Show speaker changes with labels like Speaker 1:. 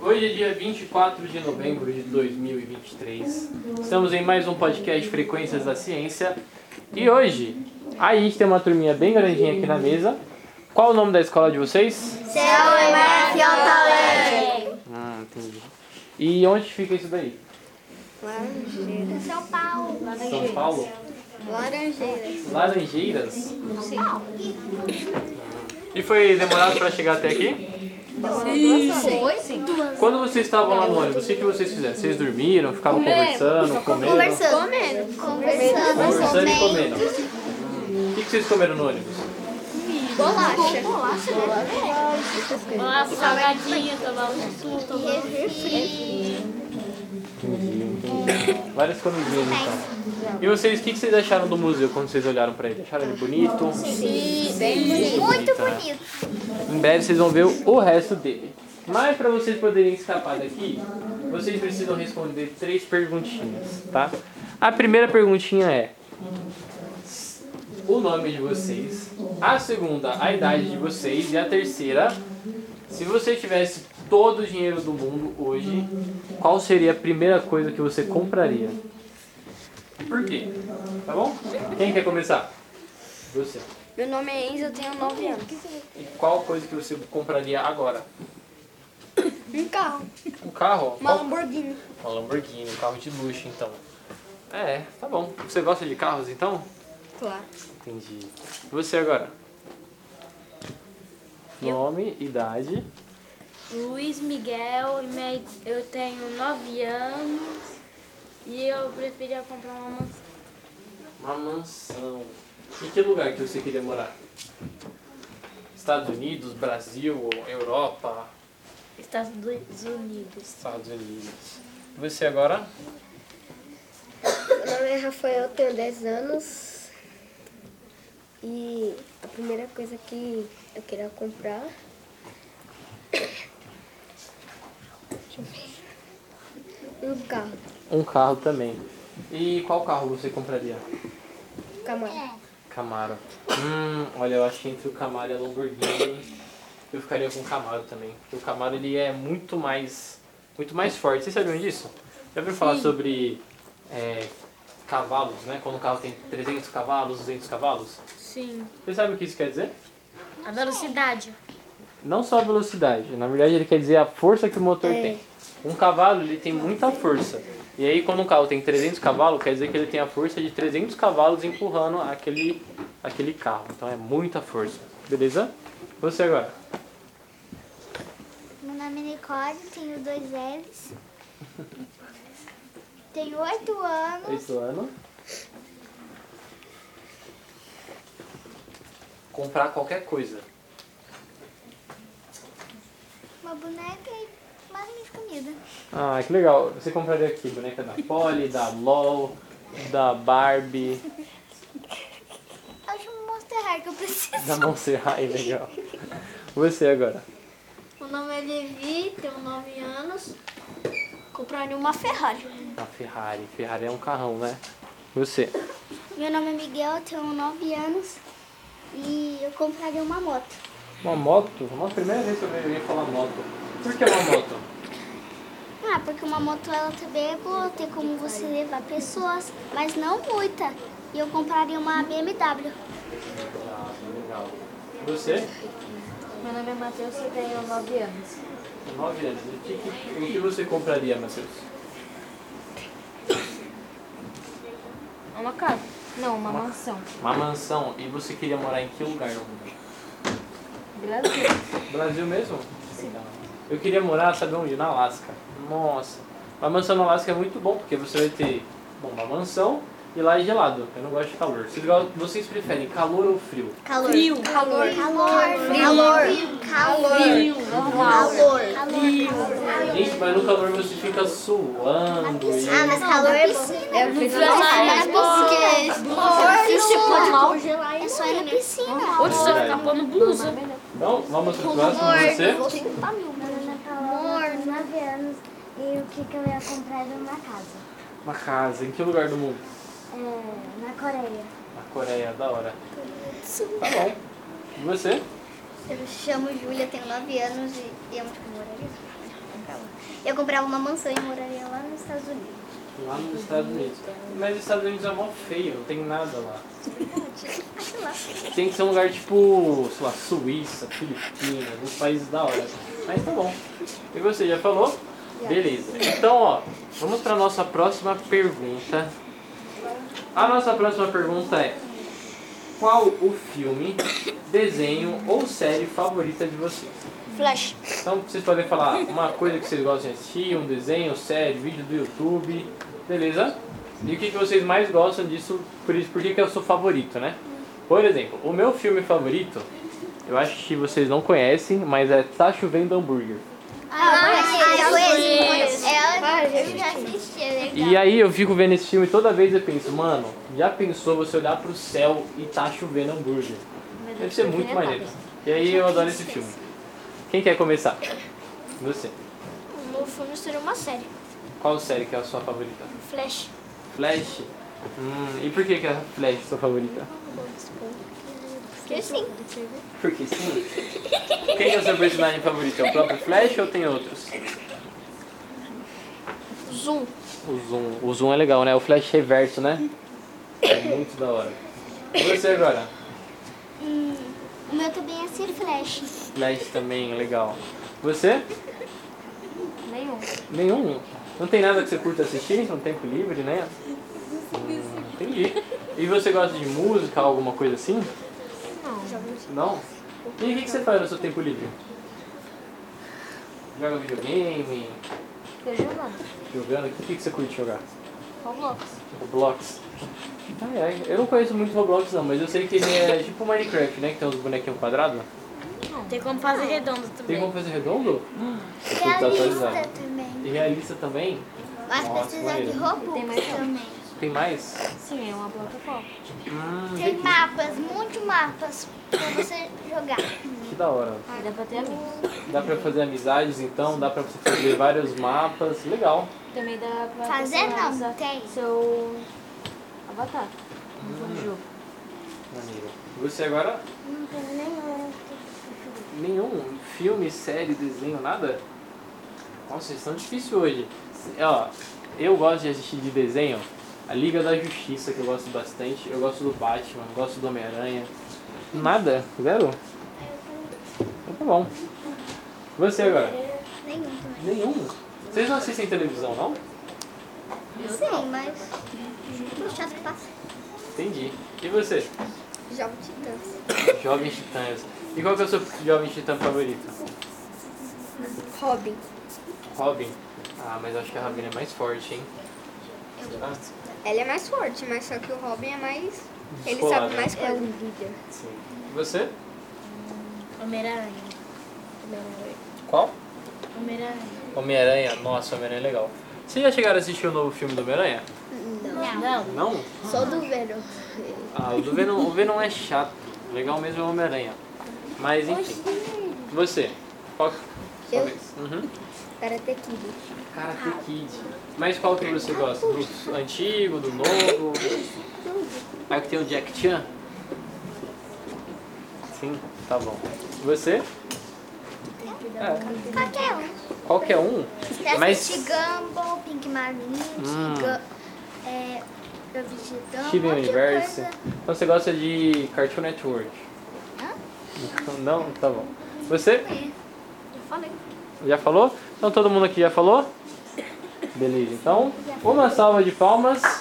Speaker 1: Hoje é dia 24 de novembro de 2023. Estamos em mais um podcast Frequências da Ciência. E hoje, a gente tem uma turminha bem grandinha aqui na mesa. Qual o nome da escola de vocês?
Speaker 2: Céu e mar Fiotolém.
Speaker 1: Hum, entendi. E onde fica isso daí?
Speaker 2: Laranjeiras. São Paulo.
Speaker 1: São Paulo?
Speaker 2: Laranjeiras.
Speaker 1: Laranjeiras?
Speaker 2: São Paulo.
Speaker 1: E foi demorado para chegar até aqui?
Speaker 2: Foi? Sim.
Speaker 1: Quando vocês estavam lá no ônibus, o que que vocês fizeram? Vocês dormiram, ficavam conversando, comendo?
Speaker 2: Conversando.
Speaker 1: Conversando e
Speaker 2: Conversando.
Speaker 1: comendo. O que que vocês comeram no ônibus?
Speaker 2: Bolacha. Bolacha,
Speaker 3: Uma salgadinha, tomar um suco, tomar um
Speaker 1: Várias comidinhas então. E vocês, o que que vocês acharam do museu quando vocês olharam para ele? Acharam ele bonito?
Speaker 2: Muito bonito.
Speaker 1: Em breve vocês vão ver o resto dele. Mas para vocês poderem escapar daqui, vocês precisam responder três perguntinhas, tá? A primeira perguntinha é o nome de vocês, a segunda, a idade de vocês e a terceira, se você tivesse todo o dinheiro do mundo hoje, qual seria a primeira coisa que você compraria? Por quê? Tá bom? Quem quer começar? Você.
Speaker 2: Meu nome é Enzo, eu tenho 9 anos.
Speaker 1: E qual coisa que você compraria agora?
Speaker 2: Um carro.
Speaker 1: Um carro?
Speaker 2: Uma Lamborghini.
Speaker 1: Uma Lamborghini, um carro de luxo, então. É, tá bom. Você gosta de carros, então?
Speaker 2: Claro.
Speaker 1: Entendi. Você agora? Nome, idade.
Speaker 3: suco. Luiz Miguel, e minha- eu tenho 9 anos e eu preferia comprar uma mansão.
Speaker 1: Uma mansão. Em que lugar que você queria morar? Estados Unidos, Brasil, Europa,
Speaker 3: Estados Unidos.
Speaker 1: Estados Unidos. Você agora?
Speaker 2: Meu nome é Rafael, tenho 10 anos. E a primeira coisa que eu queria comprar. Um carro.
Speaker 1: Um carro também. E qual carro você compraria?
Speaker 2: Camaro.
Speaker 1: Camaro. Hum, olha, eu acho que entre o Camaro e a Lamborghini eu ficaria com o Camaro também. Porque o Camaro ele é muito mais muito mais forte. Vocês sabiam disso? Já ouviram falar sobre é, cavalos, né? Quando o carro tem 300 cavalos, 200 cavalos?
Speaker 3: Sim.
Speaker 1: Vocês sabem o que isso quer dizer?
Speaker 3: A velocidade.
Speaker 1: Não só a velocidade, na verdade ele quer dizer a força que o motor tem. Um cavalo ele tem muita força. E aí quando um carro tem 300 cavalos, quer dizer que ele tem a força de 300 cavalos empurrando aquele, aquele carro. Então é muita força. Beleza? Você agora.
Speaker 4: Meu nome é Nicole, tenho dois L's. Tenho oito anos.
Speaker 1: Esse ano. Comprar qualquer coisa.
Speaker 4: Uma boneca e mais minha comida.
Speaker 1: Ah, que legal. Você compraria aqui boneca da Polly, da LOL, da Barbie,
Speaker 4: Acho um Monster High que eu preciso.
Speaker 1: da Monster High, legal. Você agora.
Speaker 4: Meu nome é Levi, tenho nove anos. Compraria uma Ferrari.
Speaker 1: A Ferrari. Ferrari é um carrão, né? Você.
Speaker 4: Meu nome é Miguel, tenho nove anos. E eu compraria uma moto.
Speaker 1: Uma moto? Uma primeira vez que eu ouvi alguém falar moto. Por que uma moto?
Speaker 4: Ah, porque uma moto ela também é boa, tem como você levar pessoas, mas não muita. E eu compraria uma BMW.
Speaker 1: Ah, legal. Você?
Speaker 3: Meu nome é Matheus e tenho 9 anos.
Speaker 1: 9 anos. O que, que- o que você compraria, Matheus?
Speaker 3: Uma casa? Não, uma, mansão.
Speaker 1: Uma mansão. E você queria morar em que lugar no mundo?
Speaker 3: Brasil.
Speaker 1: Brasil mesmo? Sim. Eu queria morar, sabe onde? Na Alasca. Nossa. Uma mansão na Alasca é muito bom, porque você vai ter bom, uma mansão e lá é gelado. Eu não gosto de calor. Vocês, go- vocês preferem calor ou frio?
Speaker 2: Calor.
Speaker 4: Calor.
Speaker 2: Calor. Calor. Calor.
Speaker 1: Gente, mas no calor você fica suando e...
Speaker 2: Ah, mas calor é bom. É muito mais porque
Speaker 4: Calor. Calor. É só ir na piscina.
Speaker 3: Hoje você vai ficar pondo blusa.
Speaker 1: Então, vamos pro próximo você.
Speaker 4: Meu nome é Paola, tenho 9 anos e o que, eu ia comprar era uma casa.
Speaker 1: Uma casa. Em que lugar do mundo?
Speaker 4: É, na Coreia.
Speaker 1: Na Coreia, da hora. Tá bom. E você?
Speaker 5: Eu me chamo Júlia, tenho 9 anos e, e eu moraria. Eu comprava uma mansão e moraria lá nos Estados Unidos.
Speaker 1: Lá nos Estados Unidos. Mas os Estados Unidos é mó feio, não tem nada lá. Tem que ser um lugar tipo, sei lá, Suíça, Filipinas, uns países da hora. Mas tá bom. E você já falou? Beleza. Então, ó, vamos para nossa próxima pergunta. A nossa próxima pergunta é: Qual o filme, desenho ou série favorita de vocês?
Speaker 5: Flash.
Speaker 1: Então vocês podem falar uma coisa que vocês gostam de assistir, um desenho, série, vídeo do YouTube, beleza? E o que, que vocês mais gostam disso, por isso, por que, que é o seu favorito, né? Por exemplo, o meu filme favorito, eu acho que vocês não conhecem, mas é Tá Chovendo Hambúrguer.
Speaker 5: Ah, conheço. É, eu já assisti, é legal.
Speaker 1: E aí eu fico vendo esse filme e toda vez eu penso, mano, já pensou você olhar pro céu e tá chovendo hambúrguer? Deve ser muito maneiro. E aí eu adoro esse filme. Quem quer começar? Você.
Speaker 3: O meu filme seria uma série.
Speaker 1: Qual série que é a sua favorita?
Speaker 3: Flash.
Speaker 1: Flash? Hum, e por que, que é Flash sua favorita?
Speaker 5: Eu sim.
Speaker 1: Porque sim. Quem é o seu personagem favorito? É o próprio Flash ou tem outros?
Speaker 5: é
Speaker 3: Zoom.
Speaker 1: O Zoom. O Zoom é legal, né? O Flash reverso, né? É muito da hora. E você agora?
Speaker 4: O meu também é ser flash.
Speaker 1: Flash também, é legal. Você?
Speaker 3: Nenhum.
Speaker 1: Nenhum. Não tem nada que você curta assistir no tempo livre, né? Hum, entendi. E você gosta de música, alguma coisa assim? Não. Não? E o que que você faz no seu tempo livre? Joga videogame?
Speaker 3: Eu jogando.
Speaker 1: Jogando? O que que você curte jogar?
Speaker 3: Roblox.
Speaker 1: Roblox. Ai, ai. Eu não conheço muito Roblox não, mas eu sei que ele é tipo Minecraft, né? Que tem uns bonequinhos quadrados.
Speaker 3: Tem como fazer redondo também.
Speaker 1: Tem como fazer redondo? Hum, eu fui
Speaker 4: Realista
Speaker 1: desatualizado.
Speaker 4: também.
Speaker 1: E realista também?
Speaker 5: Mas
Speaker 1: Nossa,
Speaker 5: precisa
Speaker 1: maneiro.
Speaker 5: de robôs também.
Speaker 1: Tem mais?
Speaker 3: Sim, é uma plataforma.
Speaker 1: Hum,
Speaker 4: Tem mapas, muitos mapas pra você jogar.
Speaker 1: que da hora.
Speaker 3: Ah, dá pra ter amigos.
Speaker 1: Dá pra fazer amizades então, dá pra você fazer vários mapas, legal.
Speaker 3: Também dá pra
Speaker 4: Fazer não,
Speaker 3: personalizar
Speaker 4: tem.
Speaker 3: Seu avatar. No jogo.
Speaker 1: Maneiro. Você agora?
Speaker 4: Não tem nenhum.
Speaker 1: Nenhum filme, série, desenho, nada? Nossa, vocês estão difíceis hoje. Se- Ó, eu gosto de assistir de desenho a Liga da Justiça, que eu gosto bastante. Eu gosto do Batman, gosto do Homem-Aranha. Nada? Zero? Então tá bom. Você agora?
Speaker 5: Nenhum também.
Speaker 1: Nenhum? Vocês não assistem televisão, não?
Speaker 5: Sim, mas. Muito chato que passa.
Speaker 1: Entendi. E você?
Speaker 5: Jogo Titãs.
Speaker 1: Jovem Titãs. E qual que é o seu Jovem Titã favorito?
Speaker 5: Robin.
Speaker 1: Robin. Ah, mas eu acho que a Robin é mais forte, hein? Será?
Speaker 5: Ela é mais forte, mas só que o Robin é mais. Ele
Speaker 1: Descolada.
Speaker 5: sabe
Speaker 2: É
Speaker 5: mais coisa.
Speaker 1: né? Sim. E você?
Speaker 3: Homem-Aranha.
Speaker 1: Qual?
Speaker 3: Homem-Aranha.
Speaker 1: Homem-Aranha. Nossa, Homem-Aranha é legal. Vocês já chegaram a assistir o novo filme do Homem-Aranha?
Speaker 3: Não.
Speaker 1: Não?
Speaker 5: Só do Venom.
Speaker 1: Ah, o do Venom, o Venom é chato. O legal mesmo é o Homem-Aranha. Mas enfim. Você? Qual que... é sua
Speaker 5: Eu?
Speaker 1: vez. Uhum.
Speaker 5: Karate Kid.
Speaker 1: Karate Kid. Mas qual que você gosta? Do antigo, do novo? Aí que tem o Jack Chan? Sim, tá bom. E Você? É,
Speaker 4: Qualquer um.
Speaker 1: qualquer um?
Speaker 4: Assisti
Speaker 1: Mas.
Speaker 4: Gumball, Pink Marmite,
Speaker 1: Hum.
Speaker 4: Gu- é, eu vi Gigão,
Speaker 1: Steven
Speaker 4: um monte de
Speaker 1: Universe.
Speaker 4: coisa.
Speaker 1: Então você gosta de Cartoon Network? Não? Tá bom. Você?
Speaker 3: Eu falei.
Speaker 1: Já falou? Então todo mundo aqui já falou? Beleza. Então, uma salva de palmas.